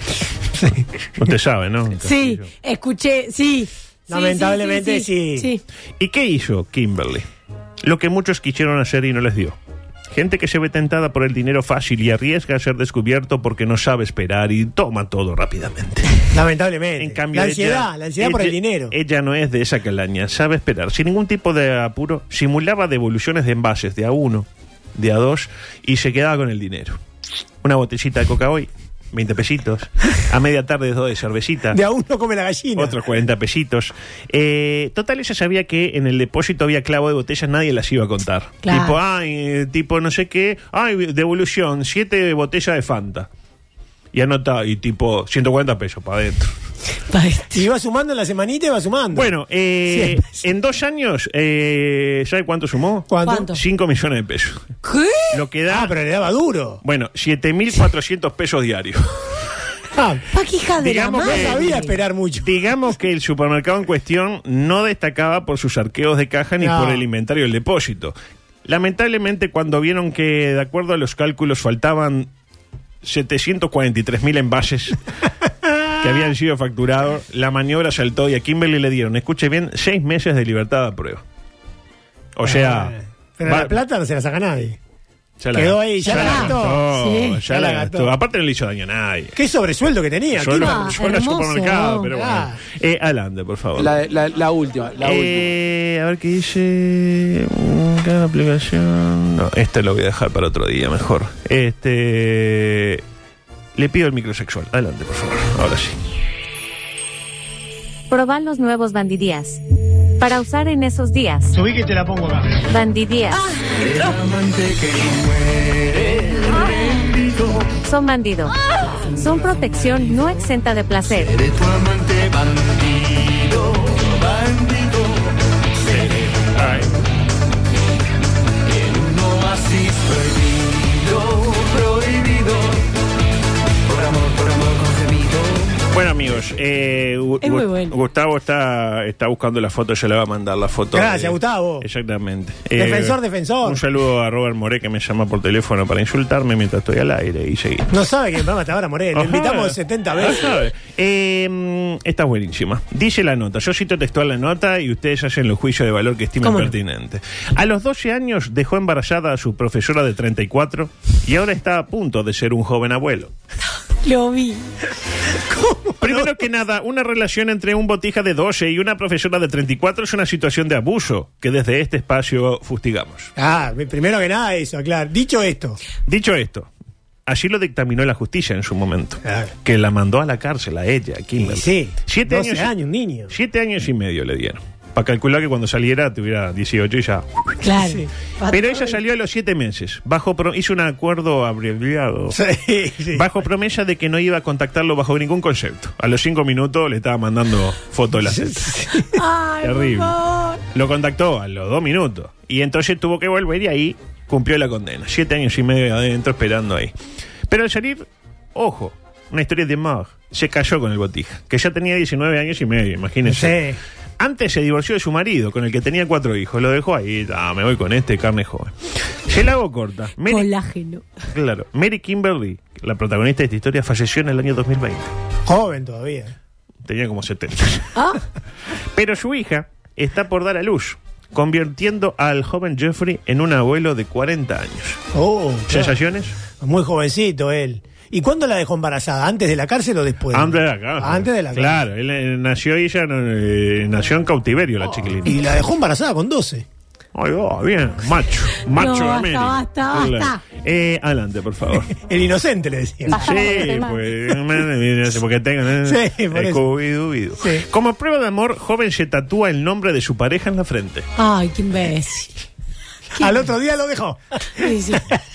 [SPEAKER 8] Usted sabe, ¿no?
[SPEAKER 12] Sí, escuché, sí. Sí,
[SPEAKER 11] Lamentablemente, sí.
[SPEAKER 8] ¿Y qué hizo Kimberly? Lo que muchos quisieron hacer y no les dio. Gente que se ve tentada por el dinero fácil y arriesga a ser descubierto porque no sabe esperar y toma todo rápidamente.
[SPEAKER 11] Lamentablemente.
[SPEAKER 8] En cambio,
[SPEAKER 11] Eh, la ansiedad,
[SPEAKER 8] ella-
[SPEAKER 11] la ansiedad por el
[SPEAKER 8] ella-
[SPEAKER 11] dinero.
[SPEAKER 8] Ella no es de esa calaña, sabe esperar. Sin ningún tipo de apuro, simulaba devoluciones de envases de a uno, de a dos, y se quedaba con el dinero. Una botellita de coca hoy, 20 pesitos. A media tarde, dos de cervecita.
[SPEAKER 11] De a uno come la gallina.
[SPEAKER 8] Otros 40 pesitos. Eh, total, ella sabía que en el depósito había clavo de botellas, nadie las iba a contar.
[SPEAKER 12] Claro.
[SPEAKER 8] Tipo, ay, eh, tipo no sé qué, ay, devolución, siete botellas de Fanta. Y anota, y tipo, 140 pesos para adentro.
[SPEAKER 11] Y va sumando en la semanita y va sumando.
[SPEAKER 8] Bueno, eh,
[SPEAKER 11] Siempre.
[SPEAKER 8] en dos años, eh, ¿sabe cuánto sumó?
[SPEAKER 11] ¿Cuánto?
[SPEAKER 12] ¿Cuánto?
[SPEAKER 8] 5 millones de pesos.
[SPEAKER 12] ¿Qué?
[SPEAKER 8] Lo que da,
[SPEAKER 11] Ah, pero le daba duro.
[SPEAKER 8] bueno, 7.400 pesos diarios.
[SPEAKER 11] Ah,
[SPEAKER 12] Pa' que hija de
[SPEAKER 8] Digamos
[SPEAKER 12] la
[SPEAKER 8] que-
[SPEAKER 12] madre.
[SPEAKER 11] no sabía esperar mucho.
[SPEAKER 8] <laughs> Digamos que el supermercado en cuestión no destacaba por sus arqueos de caja ni
[SPEAKER 11] No.
[SPEAKER 8] por el inventario del depósito. Lamentablemente, cuando vieron que, de acuerdo a los cálculos, faltaban 743.000
[SPEAKER 11] <laughs>
[SPEAKER 8] envases que habían sido facturados. La maniobra saltó y a Kimberly le dieron, escuche bien, seis meses de libertad de prueba. O sea,
[SPEAKER 11] Eh, Pero
[SPEAKER 8] va-
[SPEAKER 11] la plata no se la saca nadie.
[SPEAKER 8] ya la-
[SPEAKER 11] quedó ahí, ya la gastó. Sí,
[SPEAKER 8] ya, la gastó. Aparte no le hizo daño a nadie.
[SPEAKER 11] Qué sobresueldo que tenía.
[SPEAKER 8] Yo
[SPEAKER 11] qué
[SPEAKER 8] lo,
[SPEAKER 11] ma-
[SPEAKER 8] yo lo
[SPEAKER 11] hermoso.
[SPEAKER 8] supermercado, pero bueno.
[SPEAKER 11] Ah.
[SPEAKER 8] Eh, Alanda, por favor.
[SPEAKER 17] La, la- la última, la
[SPEAKER 8] Eh, A ver qué dice. Mm, cada aplicación. No, este lo voy a dejar para otro día, mejor. Este. Le pido el microsexual. Adelante, por favor. Ahora sí.
[SPEAKER 18] Probar los nuevos bandidías. Para usar en esos días.
[SPEAKER 11] Subí que te la pongo acá.
[SPEAKER 18] Bandidías. Son bandido. Son protección no exenta de placer.
[SPEAKER 8] Ay. Bueno amigos, eh, Gu-
[SPEAKER 11] Es muy
[SPEAKER 8] Gu-
[SPEAKER 11] bueno.
[SPEAKER 8] Gustavo está, está buscando la foto, yo le voy a mandar la foto.
[SPEAKER 11] Gracias,
[SPEAKER 8] de-
[SPEAKER 11] Gustavo.
[SPEAKER 8] Exactamente. Eh,
[SPEAKER 11] Defensor, defensor.
[SPEAKER 8] Un saludo a Robert Moré que me llama por teléfono para insultarme mientras estoy al aire y seguir.
[SPEAKER 11] No sabe que el programa está ahora, Morel. Le
[SPEAKER 8] Ajá.
[SPEAKER 11] invitamos 70 veces.
[SPEAKER 8] Ajá. Eh, esta es buenísima. Dice la nota, yo cito textual la nota y ustedes hacen los juicios de valor que estimen
[SPEAKER 11] ¿Cómo no?
[SPEAKER 8] pertinente. A los 12 años dejó embarazada a su profesora de 34 y ahora está a punto de ser un joven abuelo.
[SPEAKER 12] Lo vi.
[SPEAKER 8] Primero que nada, una relación entre un botija de 12 y una profesora de 34 es una situación de abuso que desde este espacio fustigamos.
[SPEAKER 11] Ah, primero que nada eso, claro. Dicho esto.
[SPEAKER 8] Dicho esto, así lo dictaminó la justicia en su momento, que la mandó a la cárcel a ella, a Kimberly.
[SPEAKER 11] Sí,
[SPEAKER 8] siete
[SPEAKER 11] 12
[SPEAKER 8] años,
[SPEAKER 11] años, niño.
[SPEAKER 8] Siete años y medio le dieron. Para calcular que cuando saliera tuviera 18 y ya.
[SPEAKER 12] Claro.
[SPEAKER 8] Pero ella salió a los siete meses. Bajo pro- hizo un acuerdo abreviado. Bajo promesa de que no iba a contactarlo bajo ningún concepto. A los cinco minutos le estaba mandando fotos de las tetas.
[SPEAKER 12] Ay,
[SPEAKER 8] Terrible.
[SPEAKER 12] por favor.
[SPEAKER 8] Lo contactó a los dos minutos. Y entonces tuvo que volver y ahí cumplió la condena. Siete años y medio adentro esperando ahí. Pero al salir, ojo, una historia de más. Se cayó con el botija, que ya tenía 19 años y medio, imagínense. Antes se divorció de su marido, con el que tenía cuatro hijos. Lo dejó ahí, ah, me voy con este, carne joven. Se la hago corta. Mary-
[SPEAKER 12] Colágeno.
[SPEAKER 8] claro, Mary Kimberly, la protagonista de esta historia, falleció en el año 2020.
[SPEAKER 11] Joven todavía.
[SPEAKER 8] Tenía como 70. <laughs> Pero su hija está por dar a luz, convirtiendo al joven Jeffrey en un abuelo de 40 años.
[SPEAKER 11] Oh,
[SPEAKER 8] ¿Sensaciones?
[SPEAKER 11] Muy jovencito él. ¿Y cuándo la dejó embarazada? ¿Antes de la cárcel o después?
[SPEAKER 8] Antes de la cárcel.
[SPEAKER 11] Antes de la cárcel.
[SPEAKER 8] Claro, él eh, nació y ella no, eh, nació en cautiverio, la chiquilina.
[SPEAKER 11] Y la dejó embarazada con 12.
[SPEAKER 8] Ay, va, bien, macho, macho
[SPEAKER 11] No, basta,
[SPEAKER 8] de Mary.
[SPEAKER 11] basta,
[SPEAKER 8] Claro.
[SPEAKER 11] basta.
[SPEAKER 8] Eh, adelante, por favor.
[SPEAKER 11] <laughs> El inocente le decía.
[SPEAKER 8] Sí, pues, no sé por qué tengo, ¿eh?
[SPEAKER 11] Sí, por eso.
[SPEAKER 8] Scooby-Doo. Como prueba de amor, joven se tatúa el nombre de su pareja en la frente.
[SPEAKER 12] Ay, qué imbécil.
[SPEAKER 11] Al otro día lo dejó.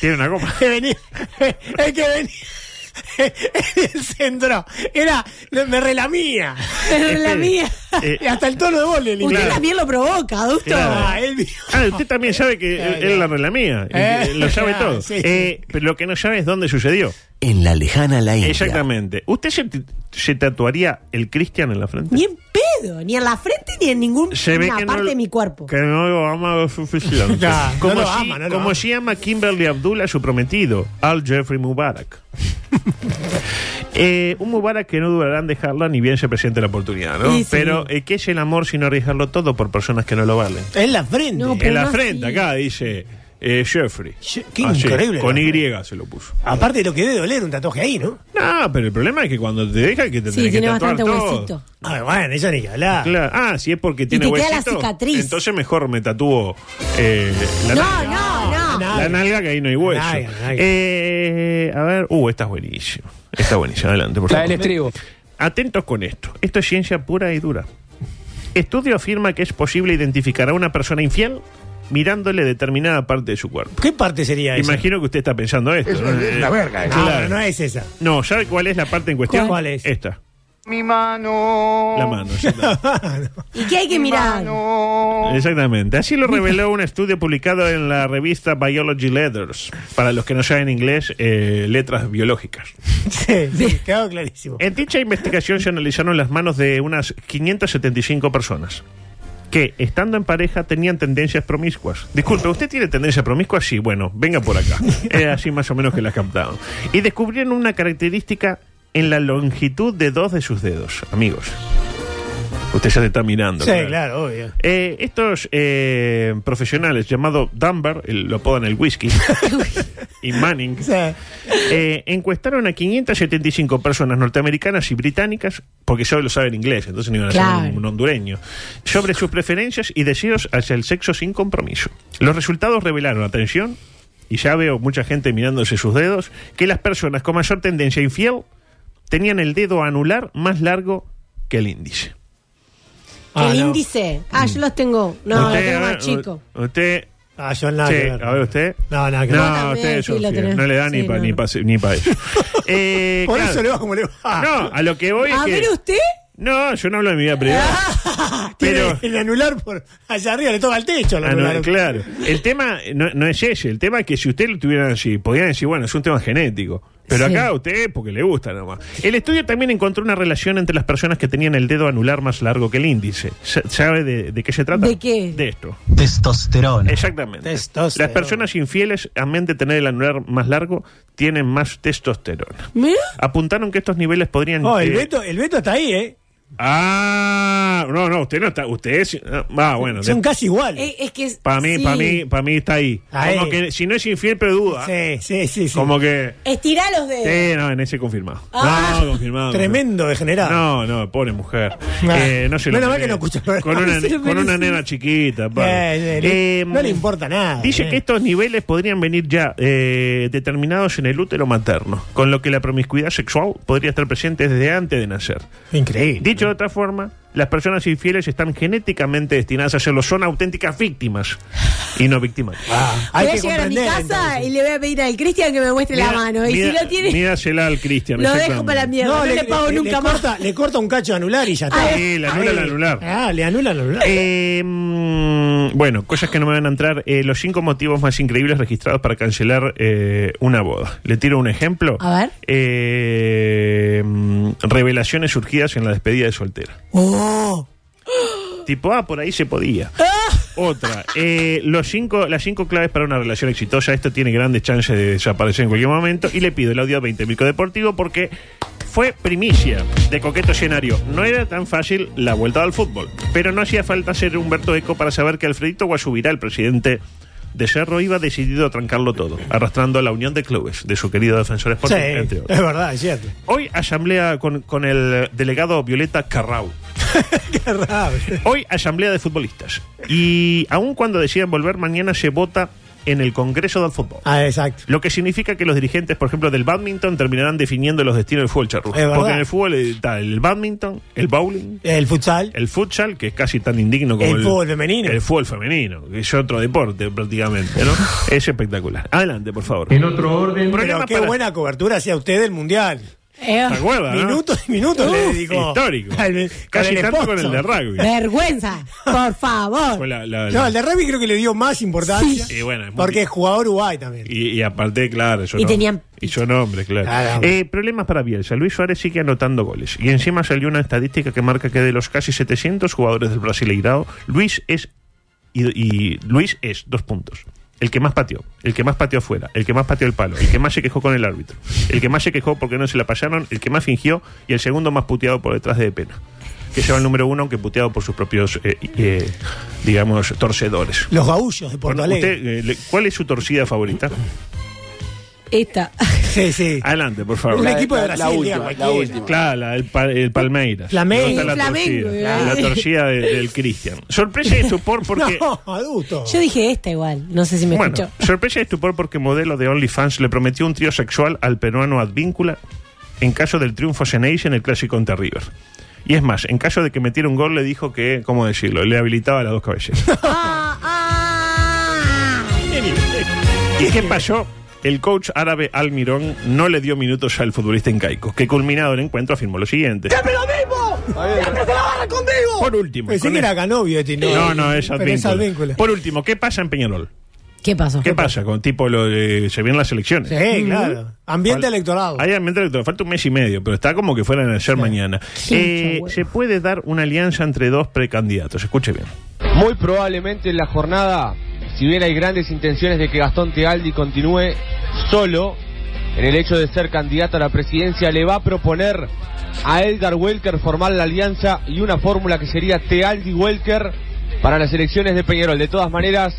[SPEAKER 8] Tiene
[SPEAKER 11] <laughs>
[SPEAKER 8] una copa.
[SPEAKER 11] que venía. <laughs> Es que venía. <laughs> El centro. Era. Me relamía.
[SPEAKER 12] Me relamía.
[SPEAKER 8] Eh,
[SPEAKER 11] Y hasta el tono de voz le
[SPEAKER 12] Usted
[SPEAKER 11] eliminaba.
[SPEAKER 12] también lo provoca, adulto.
[SPEAKER 8] Claro.
[SPEAKER 11] Ah, él vio.
[SPEAKER 8] Ah, usted también sabe que él- él la regla mía.
[SPEAKER 11] Eh,
[SPEAKER 8] eh,
[SPEAKER 11] <laughs>
[SPEAKER 8] lo sabe
[SPEAKER 11] claro,
[SPEAKER 8] todo.
[SPEAKER 11] sí,
[SPEAKER 8] Eh, pero lo que no sabe es dónde sucedió.
[SPEAKER 1] En la lejana la India.
[SPEAKER 8] Exactamente. ¿Usted se, ti- se tatuaría el Cristian en la frente?
[SPEAKER 12] Ni en pedo, ni en la frente ni en ninguna
[SPEAKER 8] Se ve que no
[SPEAKER 12] parte
[SPEAKER 8] lo-
[SPEAKER 12] de mi cuerpo.
[SPEAKER 8] Que no lo ama lo
[SPEAKER 11] <laughs>
[SPEAKER 8] suficiente.
[SPEAKER 11] Nah, no
[SPEAKER 8] como
[SPEAKER 11] lo
[SPEAKER 8] si,
[SPEAKER 11] ama, no lo
[SPEAKER 8] como
[SPEAKER 11] ama.
[SPEAKER 8] si ama Kimberly Abdullah a su prometido, al Jeffrey
[SPEAKER 11] <laughs>
[SPEAKER 8] Mubarak. Eh, un Mubarak que no durará en dejarla ni bien se presente la oportunidad, ¿no?
[SPEAKER 11] Sí, sí.
[SPEAKER 8] Pero, eh, ¿qué es el amor sino arriesgarlo todo por personas que no lo valen?
[SPEAKER 11] En la frente.
[SPEAKER 8] en la frente, acá dice eh, Jeffrey.
[SPEAKER 11] Qué
[SPEAKER 8] Así,
[SPEAKER 11] increíble.
[SPEAKER 8] Con
[SPEAKER 11] la
[SPEAKER 8] Y
[SPEAKER 11] frente.
[SPEAKER 8] se lo puso.
[SPEAKER 11] Aparte de lo que debe doler un tatuaje ahí, ¿no?
[SPEAKER 8] No, pero el problema es que cuando te deja que te
[SPEAKER 12] Sí,
[SPEAKER 8] tenés que
[SPEAKER 12] tiene
[SPEAKER 8] tatuar
[SPEAKER 12] bastante
[SPEAKER 8] todo.
[SPEAKER 12] huesito.
[SPEAKER 11] Ah, bueno, eso ni que hablar.
[SPEAKER 8] Claro. Ah, si es porque tiene
[SPEAKER 12] te queda la
[SPEAKER 8] huesito,
[SPEAKER 12] cicatriz.
[SPEAKER 8] Entonces mejor me tatúo eh, la,
[SPEAKER 12] No,
[SPEAKER 8] nalga,
[SPEAKER 12] no, no.
[SPEAKER 8] la nalga, que ahí no hay hueso.
[SPEAKER 12] Nalga, nalga.
[SPEAKER 8] Eh, a ver, uh, esta es buenísima. Esta es buenísima, adelante, por
[SPEAKER 17] La
[SPEAKER 8] favor.
[SPEAKER 17] del estribo.
[SPEAKER 8] Atentos con esto. Esto es ciencia pura y dura. Estudio afirma que es posible identificar a una persona infiel mirándole determinada parte de su cuerpo.
[SPEAKER 11] ¿Qué parte sería esa?
[SPEAKER 8] Imagino que usted está pensando esto.
[SPEAKER 11] Es
[SPEAKER 8] ¿no?
[SPEAKER 11] una-
[SPEAKER 8] Eh,
[SPEAKER 11] una verga, eh.
[SPEAKER 8] claro.
[SPEAKER 11] No, no es esa.
[SPEAKER 8] No, ¿sabe cuál es la parte en cuestión?
[SPEAKER 11] ¿Cuál es? <laughs>
[SPEAKER 8] Esta,
[SPEAKER 13] Mi mano.
[SPEAKER 8] la mano. ya está.
[SPEAKER 11] Ah,
[SPEAKER 12] ¿Y qué hay que mirar?
[SPEAKER 8] Exactamente. Así lo reveló un estudio publicado en la revista Biology Letters. Para los que no saben inglés, eh, letras biológicas.
[SPEAKER 11] Sí, sí, Eh, quedó clarísimo.
[SPEAKER 8] En dicha investigación se analizaron las manos de unas 575 personas. que estando en pareja tenían tendencias promiscuas. Disculpe, ¿usted tiene tendencia promiscua? Sí, bueno, venga por
[SPEAKER 11] <laughs>
[SPEAKER 8] acá. Era así más o menos que las captaron. Y descubrieron una característica en la longitud de dos de sus dedos, amigos. Usted ya te está mirando.
[SPEAKER 11] Sí, claro, obvio.
[SPEAKER 8] Eh, estos eh, profesionales, llamado Dunbar, el- lo apodan
[SPEAKER 12] <laughs>
[SPEAKER 8] el whisky, y Manning, eh, encuestaron a 575 personas norteamericanas y británicas, porque solo lo saben inglés, entonces no iban a ser
[SPEAKER 17] Claro.
[SPEAKER 8] un, un hondureño, sobre sus preferencias y deseos hacia el sexo sin compromiso. Los resultados revelaron, atención, y ya veo mucha gente mirándose sus dedos, que las personas con mayor tendencia infiel tenían el dedo anular más largo que el índice.
[SPEAKER 12] el índice. Ah, yo los tengo. No, los tengo más chico.
[SPEAKER 8] Usted.
[SPEAKER 11] Ah, yo nada
[SPEAKER 8] Sí,
[SPEAKER 11] que ver.
[SPEAKER 8] A ver, usted.
[SPEAKER 11] No, nada que ver. Vos
[SPEAKER 8] No,
[SPEAKER 11] también,
[SPEAKER 8] usted
[SPEAKER 11] sí, lo
[SPEAKER 8] Sofía,
[SPEAKER 11] tenés.
[SPEAKER 8] no le da
[SPEAKER 11] Sí,
[SPEAKER 8] ni para
[SPEAKER 11] no,
[SPEAKER 8] ni
[SPEAKER 11] no.
[SPEAKER 8] pa- ni pa
[SPEAKER 11] <laughs>
[SPEAKER 8] eso. Eh,
[SPEAKER 11] Por
[SPEAKER 8] claro.
[SPEAKER 11] eso le va como le va.
[SPEAKER 8] No, a lo que voy es
[SPEAKER 11] A
[SPEAKER 8] que-
[SPEAKER 11] ver Ah, usted. Ah,
[SPEAKER 8] No, yo no hablo de mi vida privada.
[SPEAKER 11] <laughs> Tiene el anular por allá arriba, le toca el techo. El
[SPEAKER 8] Ah, no,
[SPEAKER 11] anular.
[SPEAKER 8] claro. El tema no, no es ese. El tema es que si usted lo tuviera así, podrían decir, bueno, es un tema genético. Pero
[SPEAKER 11] Sí.
[SPEAKER 8] acá usted, porque le gusta nomás. El estudio también encontró una relación entre las personas que tenían el dedo anular más largo que el índice. Sa- ¿Sabe de, de qué se trata?
[SPEAKER 12] ¿De qué?
[SPEAKER 8] De esto.
[SPEAKER 11] Testosterona.
[SPEAKER 8] Exactamente. Las personas infieles, amén de tener el anular más largo, tienen más testosterona.
[SPEAKER 12] Mira.
[SPEAKER 8] Apuntaron que estos niveles podrían...
[SPEAKER 11] Oh, el
[SPEAKER 8] eh,
[SPEAKER 11] Beto, el Beto está ahí, ¿eh?
[SPEAKER 8] Ah, no, no, usted no está... Usted es... Ah, bueno.
[SPEAKER 11] Son
[SPEAKER 8] de-
[SPEAKER 11] casi iguales.
[SPEAKER 12] Eh, es que.
[SPEAKER 8] Para mí,
[SPEAKER 12] sí.
[SPEAKER 8] para mí, para mí está ahí.
[SPEAKER 11] Ahí.
[SPEAKER 8] Como que si no es infiel, pero duda.
[SPEAKER 12] Eh,
[SPEAKER 11] Sí, sí, sí. sí.
[SPEAKER 8] Como que.
[SPEAKER 12] Estirá los dedos.
[SPEAKER 8] Sí, no, en ese confirmado.
[SPEAKER 12] Ah.
[SPEAKER 8] No, no, confirmado.
[SPEAKER 11] Tremendo degenerado.
[SPEAKER 8] No, no, pobre mujer.
[SPEAKER 11] Ah.
[SPEAKER 8] Eh, no se lo
[SPEAKER 11] Menos mal
[SPEAKER 8] merece.
[SPEAKER 11] que <laughs> no escucha el programa.
[SPEAKER 8] Con una,
[SPEAKER 11] Se lo
[SPEAKER 8] <laughs> con una
[SPEAKER 11] merece.
[SPEAKER 8] nena chiquita. pa.
[SPEAKER 11] Eh, eh, le-
[SPEAKER 8] Eh,
[SPEAKER 11] no le importa nada.
[SPEAKER 8] Dice
[SPEAKER 11] eh.
[SPEAKER 8] que estos niveles podrían venir ya eh, determinados en el útero materno, con lo que la promiscuidad sexual podría estar presente desde antes de nacer.
[SPEAKER 11] Increíble.
[SPEAKER 8] Dicho de otra forma, las personas infieles están genéticamente destinadas a serlo, son auténticas víctimas y no víctimas.
[SPEAKER 11] Ah, Hay
[SPEAKER 12] voy a
[SPEAKER 11] que
[SPEAKER 12] llegar a mi casa
[SPEAKER 11] comprender,
[SPEAKER 12] y le voy a pedir al Cristian que me muestre la mano. Y si lo tiene.
[SPEAKER 8] Mídasela al Cristian.
[SPEAKER 12] Lo dejo
[SPEAKER 8] exactamente.
[SPEAKER 12] para la mierda, no le pago nunca más. Ah,
[SPEAKER 11] corta- le corta un cacho de anular y ya está.
[SPEAKER 8] Sí, le anula el
[SPEAKER 11] Ahí.
[SPEAKER 8] anular.
[SPEAKER 11] Ah, le anula el anular.
[SPEAKER 8] Eh, mm, bueno, cosas que no me van a entrar. Eh, los cinco motivos más increíbles registrados para cancelar eh, una boda. Le tiro un ejemplo.
[SPEAKER 12] A ver.
[SPEAKER 8] Eh, mm, revelaciones surgidas en la despedida de soltera.
[SPEAKER 11] Oh,
[SPEAKER 8] Tipo, ah, por ahí se podía. Otra, eh, los cinco, las cinco claves para una relación exitosa. Esto tiene grandes chances de desaparecer en cualquier momento. Y le pido el audio a 20 Mico Deportivo porque fue primicia de coqueto escenario. No era tan fácil la vuelta al fútbol, pero no hacía falta ser Humberto Eco para saber que Alfredito Guasubirá, el presidente de Cerro, iba decidido a trancarlo todo, arrastrando a la unión de clubes de su querido defensor
[SPEAKER 11] Sí,
[SPEAKER 8] Sporting, entre otros.
[SPEAKER 11] es verdad, es cierto. <laughs>
[SPEAKER 8] Hoy asamblea con, con el delegado Violeta Carrau. Hoy asamblea de futbolistas. Y aun cuando decidan volver, mañana se vota en el Congreso del Fútbol.
[SPEAKER 11] Ah, exacto.
[SPEAKER 8] Lo que significa que los dirigentes, por ejemplo, del badminton terminarán definiendo los destinos del fútbol charrúa.
[SPEAKER 11] Es verdad.
[SPEAKER 8] Porque en el fútbol eh, está el badminton, el bowling,
[SPEAKER 11] El futsal.
[SPEAKER 8] el futsal, que es casi tan indigno como
[SPEAKER 11] El fútbol femenino.
[SPEAKER 8] El fútbol femenino, que es otro deporte prácticamente,
[SPEAKER 11] <laughs>
[SPEAKER 8] ¿no? es espectacular. Adelante, por favor.
[SPEAKER 11] En otro orden.
[SPEAKER 8] Programa
[SPEAKER 11] Pero qué
[SPEAKER 8] para-
[SPEAKER 11] buena cobertura hacía usted del mundial.
[SPEAKER 12] Eh,
[SPEAKER 8] ¿Te acuerdas, no?
[SPEAKER 11] Minutos y minutos le
[SPEAKER 8] Uf,
[SPEAKER 11] dedicó.
[SPEAKER 8] histórico.
[SPEAKER 11] Al-
[SPEAKER 8] Casi
[SPEAKER 11] con el
[SPEAKER 8] tanto con el
[SPEAKER 11] esposo.
[SPEAKER 8] de
[SPEAKER 11] <laughs>
[SPEAKER 8] rugby.
[SPEAKER 12] Vergüenza. Por favor.
[SPEAKER 8] Fue la- la-
[SPEAKER 11] No, el de rugby creo que le dio más importancia.
[SPEAKER 8] Sí. Y bueno, es muy-
[SPEAKER 11] porque es jugador Uruguay también.
[SPEAKER 8] Y, y aparte, claro, yo
[SPEAKER 11] Y
[SPEAKER 8] no-
[SPEAKER 11] tenían-
[SPEAKER 8] y yo nombre, claro.
[SPEAKER 11] Claro.
[SPEAKER 8] Eh, problemas para Bielsa. Luis Suárez sigue anotando goles. Y encima salió una estadística que marca que de los casi 700 jugadores del Brasileirao, Luis es y, y Luis es dos puntos. El que más pateó, el que más pateó afuera, el que más pateó el palo, el que más se quejó con el árbitro, el que más se quejó porque no se la pasaron, el que más fingió y el segundo más puteado por detrás de pena. Que lleva el número uno, aunque puteado por sus propios, eh, eh, digamos, torcedores.
[SPEAKER 11] Los gaullos de Porto
[SPEAKER 8] Bueno,
[SPEAKER 11] Alegre.
[SPEAKER 8] usted, eh, le- ¿Cuál es su torcida favorita?
[SPEAKER 12] Esta. <laughs>
[SPEAKER 11] Sí,
[SPEAKER 8] <laughs>
[SPEAKER 11] sí.
[SPEAKER 8] Adelante, por favor.
[SPEAKER 11] Un equipo de Brasil, diga cualquiera.
[SPEAKER 8] Claro, la- el, pa- el Palmeiras.
[SPEAKER 11] Flamengo.
[SPEAKER 8] Me gusta La
[SPEAKER 12] Flamengo,
[SPEAKER 8] torcida,
[SPEAKER 12] eh.
[SPEAKER 8] la torcida de- del Cristian. Sorpresa y estupor porque...
[SPEAKER 11] <laughs> No, adulto.
[SPEAKER 12] Yo dije esta igual. No sé si me
[SPEAKER 8] Bueno,
[SPEAKER 12] escuchó.
[SPEAKER 8] sorpresa y estupor porque modelo de OnlyFans le prometió un trío sexual al peruano Advíncula en caso del triunfo Ceneis en el clásico ante River. Y es más, en caso de que metiera un gol le dijo que, ¿cómo decirlo? Le habilitaba las dos cabelleras. ¿Y qué pasó? El coach árabe Almirón no le dio minutos al futbolista incaico, que culminado el encuentro afirmó lo siguiente.
[SPEAKER 14] lo mismo! ¡Siempre se la barra contigo!
[SPEAKER 8] Por último,
[SPEAKER 11] Pensé
[SPEAKER 8] con
[SPEAKER 11] que
[SPEAKER 8] el-
[SPEAKER 11] era Canovio este,
[SPEAKER 8] No, no, es
[SPEAKER 11] Pero es
[SPEAKER 8] Advíncula.
[SPEAKER 11] Advíncula.
[SPEAKER 8] Por último, ¿qué pasa en Peñarol?
[SPEAKER 12] ¿Qué pasó?
[SPEAKER 8] ¿Qué pasa con tipo lo de- se vienen las elecciones?
[SPEAKER 11] Sí, claro. Ambiente
[SPEAKER 8] Fal-
[SPEAKER 11] electoral.
[SPEAKER 8] Hay ambiente electoral, falta un mes y medio, pero está como que fueran a ser mañana.
[SPEAKER 11] Sí,
[SPEAKER 8] Eh, se puede dar una alianza entre dos precandidatos, escuche bien.
[SPEAKER 17] Muy probablemente en la jornada, si bien hay grandes intenciones de que Gastón Tealdi continúe solo, en el hecho de ser candidato a la presidencia, le va a proponer a Edgar Welker formar la alianza y una fórmula que sería Tealdi-Welker para las elecciones de Peñarol. De todas maneras,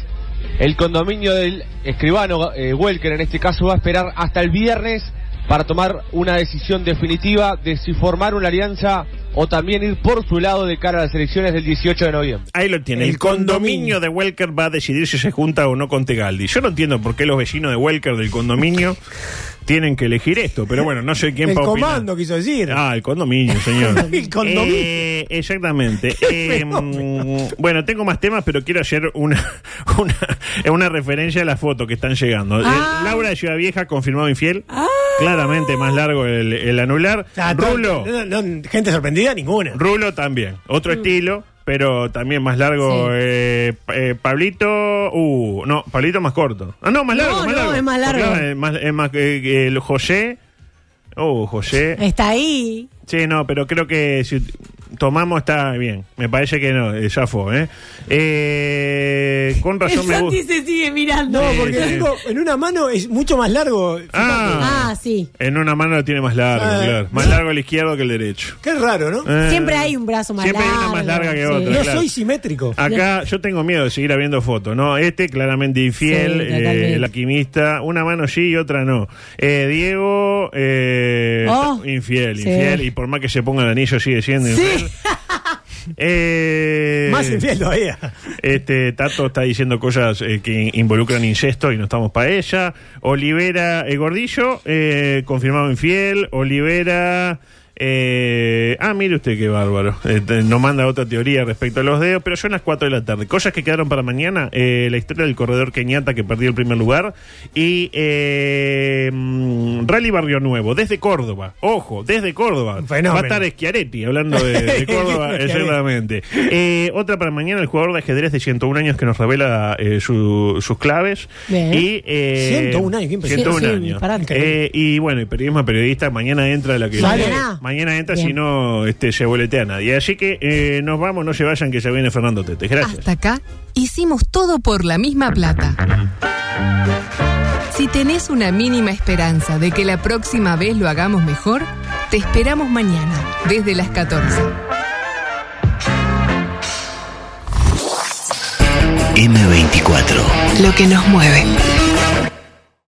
[SPEAKER 17] el condominio del escribano eh, Welker, en este caso, va a esperar hasta el viernes para tomar una decisión definitiva de si formar una alianza o también ir por su lado de cara a las elecciones del 18 de noviembre.
[SPEAKER 8] Ahí lo tiene. El, condominio de Welker va a decidir si se junta o no con Tegaldi. Yo no entiendo por qué los vecinos de Welker del condominio tienen que elegir esto, pero bueno, no sé quién
[SPEAKER 11] El
[SPEAKER 8] va a opinar.
[SPEAKER 11] comando quiso decir.
[SPEAKER 8] Ah, el condominio,
[SPEAKER 11] <laughs>
[SPEAKER 8] señor.
[SPEAKER 11] El condominio.
[SPEAKER 8] Eh,
[SPEAKER 12] <laughs>
[SPEAKER 8] exactamente. Eh, bueno, tengo más temas, pero quiero hacer una, <laughs> una, una referencia a las fotos que están llegando. Eh,
[SPEAKER 12] Ah.
[SPEAKER 8] Laura de Ciudad Vieja confirmado infiel. Claramente más largo el, el anular.
[SPEAKER 11] Ah, todo-
[SPEAKER 8] Eh, Rulo.
[SPEAKER 11] no, no, gente sorprendida, ninguna.
[SPEAKER 8] Rulo también,
[SPEAKER 12] Mm.
[SPEAKER 8] otro estilo, pero también más largo.
[SPEAKER 11] Sí.
[SPEAKER 8] eh, eh, Pablito, uh, no, Pablito más corto. Ah, no, más
[SPEAKER 12] No,
[SPEAKER 8] largo, más
[SPEAKER 12] no,
[SPEAKER 8] largo.
[SPEAKER 12] es más largo.
[SPEAKER 8] Claro, es más, es más, eh, eh, el José, oh, José.
[SPEAKER 12] Está ahí.
[SPEAKER 8] Sí, no, pero creo que si tomamos está bien. Me parece que no, eh, ya fue, ¿eh? Eh, Con
[SPEAKER 11] <laughs>
[SPEAKER 8] razón
[SPEAKER 12] el
[SPEAKER 8] me
[SPEAKER 12] Santi
[SPEAKER 8] gusta.
[SPEAKER 12] se sigue mirando.
[SPEAKER 11] No, porque digo, en una mano es mucho más largo.
[SPEAKER 8] eh. Ah.
[SPEAKER 12] Ah, sí.
[SPEAKER 8] En una mano lo tiene más largo,
[SPEAKER 11] Ah.
[SPEAKER 8] claro. Más largo el izquierdo que el derecho.
[SPEAKER 11] Qué raro, ¿no?
[SPEAKER 8] Eh,
[SPEAKER 12] Siempre hay un brazo más
[SPEAKER 8] siempre hay
[SPEAKER 12] largo.
[SPEAKER 8] una más larga que otra.
[SPEAKER 12] <laughs>
[SPEAKER 11] No
[SPEAKER 8] claro. Ah,
[SPEAKER 11] soy simétrico.
[SPEAKER 8] Acá yo tengo miedo de seguir habiendo fotos, ¿no? Este claramente infiel,
[SPEAKER 11] Sí,
[SPEAKER 8] eh,
[SPEAKER 11] totalmente.
[SPEAKER 8] el alquimista, una mano sí y otra no. Eh, Diego, eh,
[SPEAKER 11] Oh.
[SPEAKER 8] infiel,
[SPEAKER 11] Sí.
[SPEAKER 8] infiel, y por más que se ponga el anillo sigue siendo infiel. Eh,
[SPEAKER 11] Más infiel todavía.
[SPEAKER 8] Este Tato está diciendo cosas eh, que in- involucran incesto y no estamos para ella. Olivera eh, Gordillo, eh, confirmado infiel. Olivera. eh, ah, mire usted qué bárbaro. Eh, te- nos manda otra teoría respecto a los dedos, pero son las 4 de la tarde. Cosas que quedaron para mañana: eh, la historia del corredor Kenyatta que perdió el primer lugar y eh, mm, Rally Barrio Nuevo, desde Córdoba. Ojo, desde Córdoba.
[SPEAKER 11] fenómeno.
[SPEAKER 8] Va a estar Schiaretti hablando de, de Córdoba, exactamente. Eh, otra para mañana, el jugador de ajedrez de 101 años que nos revela eh, su- sus claves.
[SPEAKER 11] Bien.
[SPEAKER 8] Y, eh,
[SPEAKER 11] 101 años, qué impresionante.
[SPEAKER 8] 101
[SPEAKER 11] Sí, sí,
[SPEAKER 8] años.
[SPEAKER 11] pará, increíble.
[SPEAKER 8] Eh, y bueno, y periodismo a periodista, mañana entra la que...
[SPEAKER 11] Sale.
[SPEAKER 8] Mañana entra,
[SPEAKER 11] Bien.
[SPEAKER 8] si no este, se boletea a nadie. Así que eh, nos vamos, no se vayan, que se viene Fernando Tete. Gracias.
[SPEAKER 6] Hasta acá hicimos todo por la misma plata. Si tenés una mínima esperanza de que la próxima vez lo hagamos mejor, te esperamos mañana, desde las 14.
[SPEAKER 1] M24.
[SPEAKER 6] Lo que nos mueve.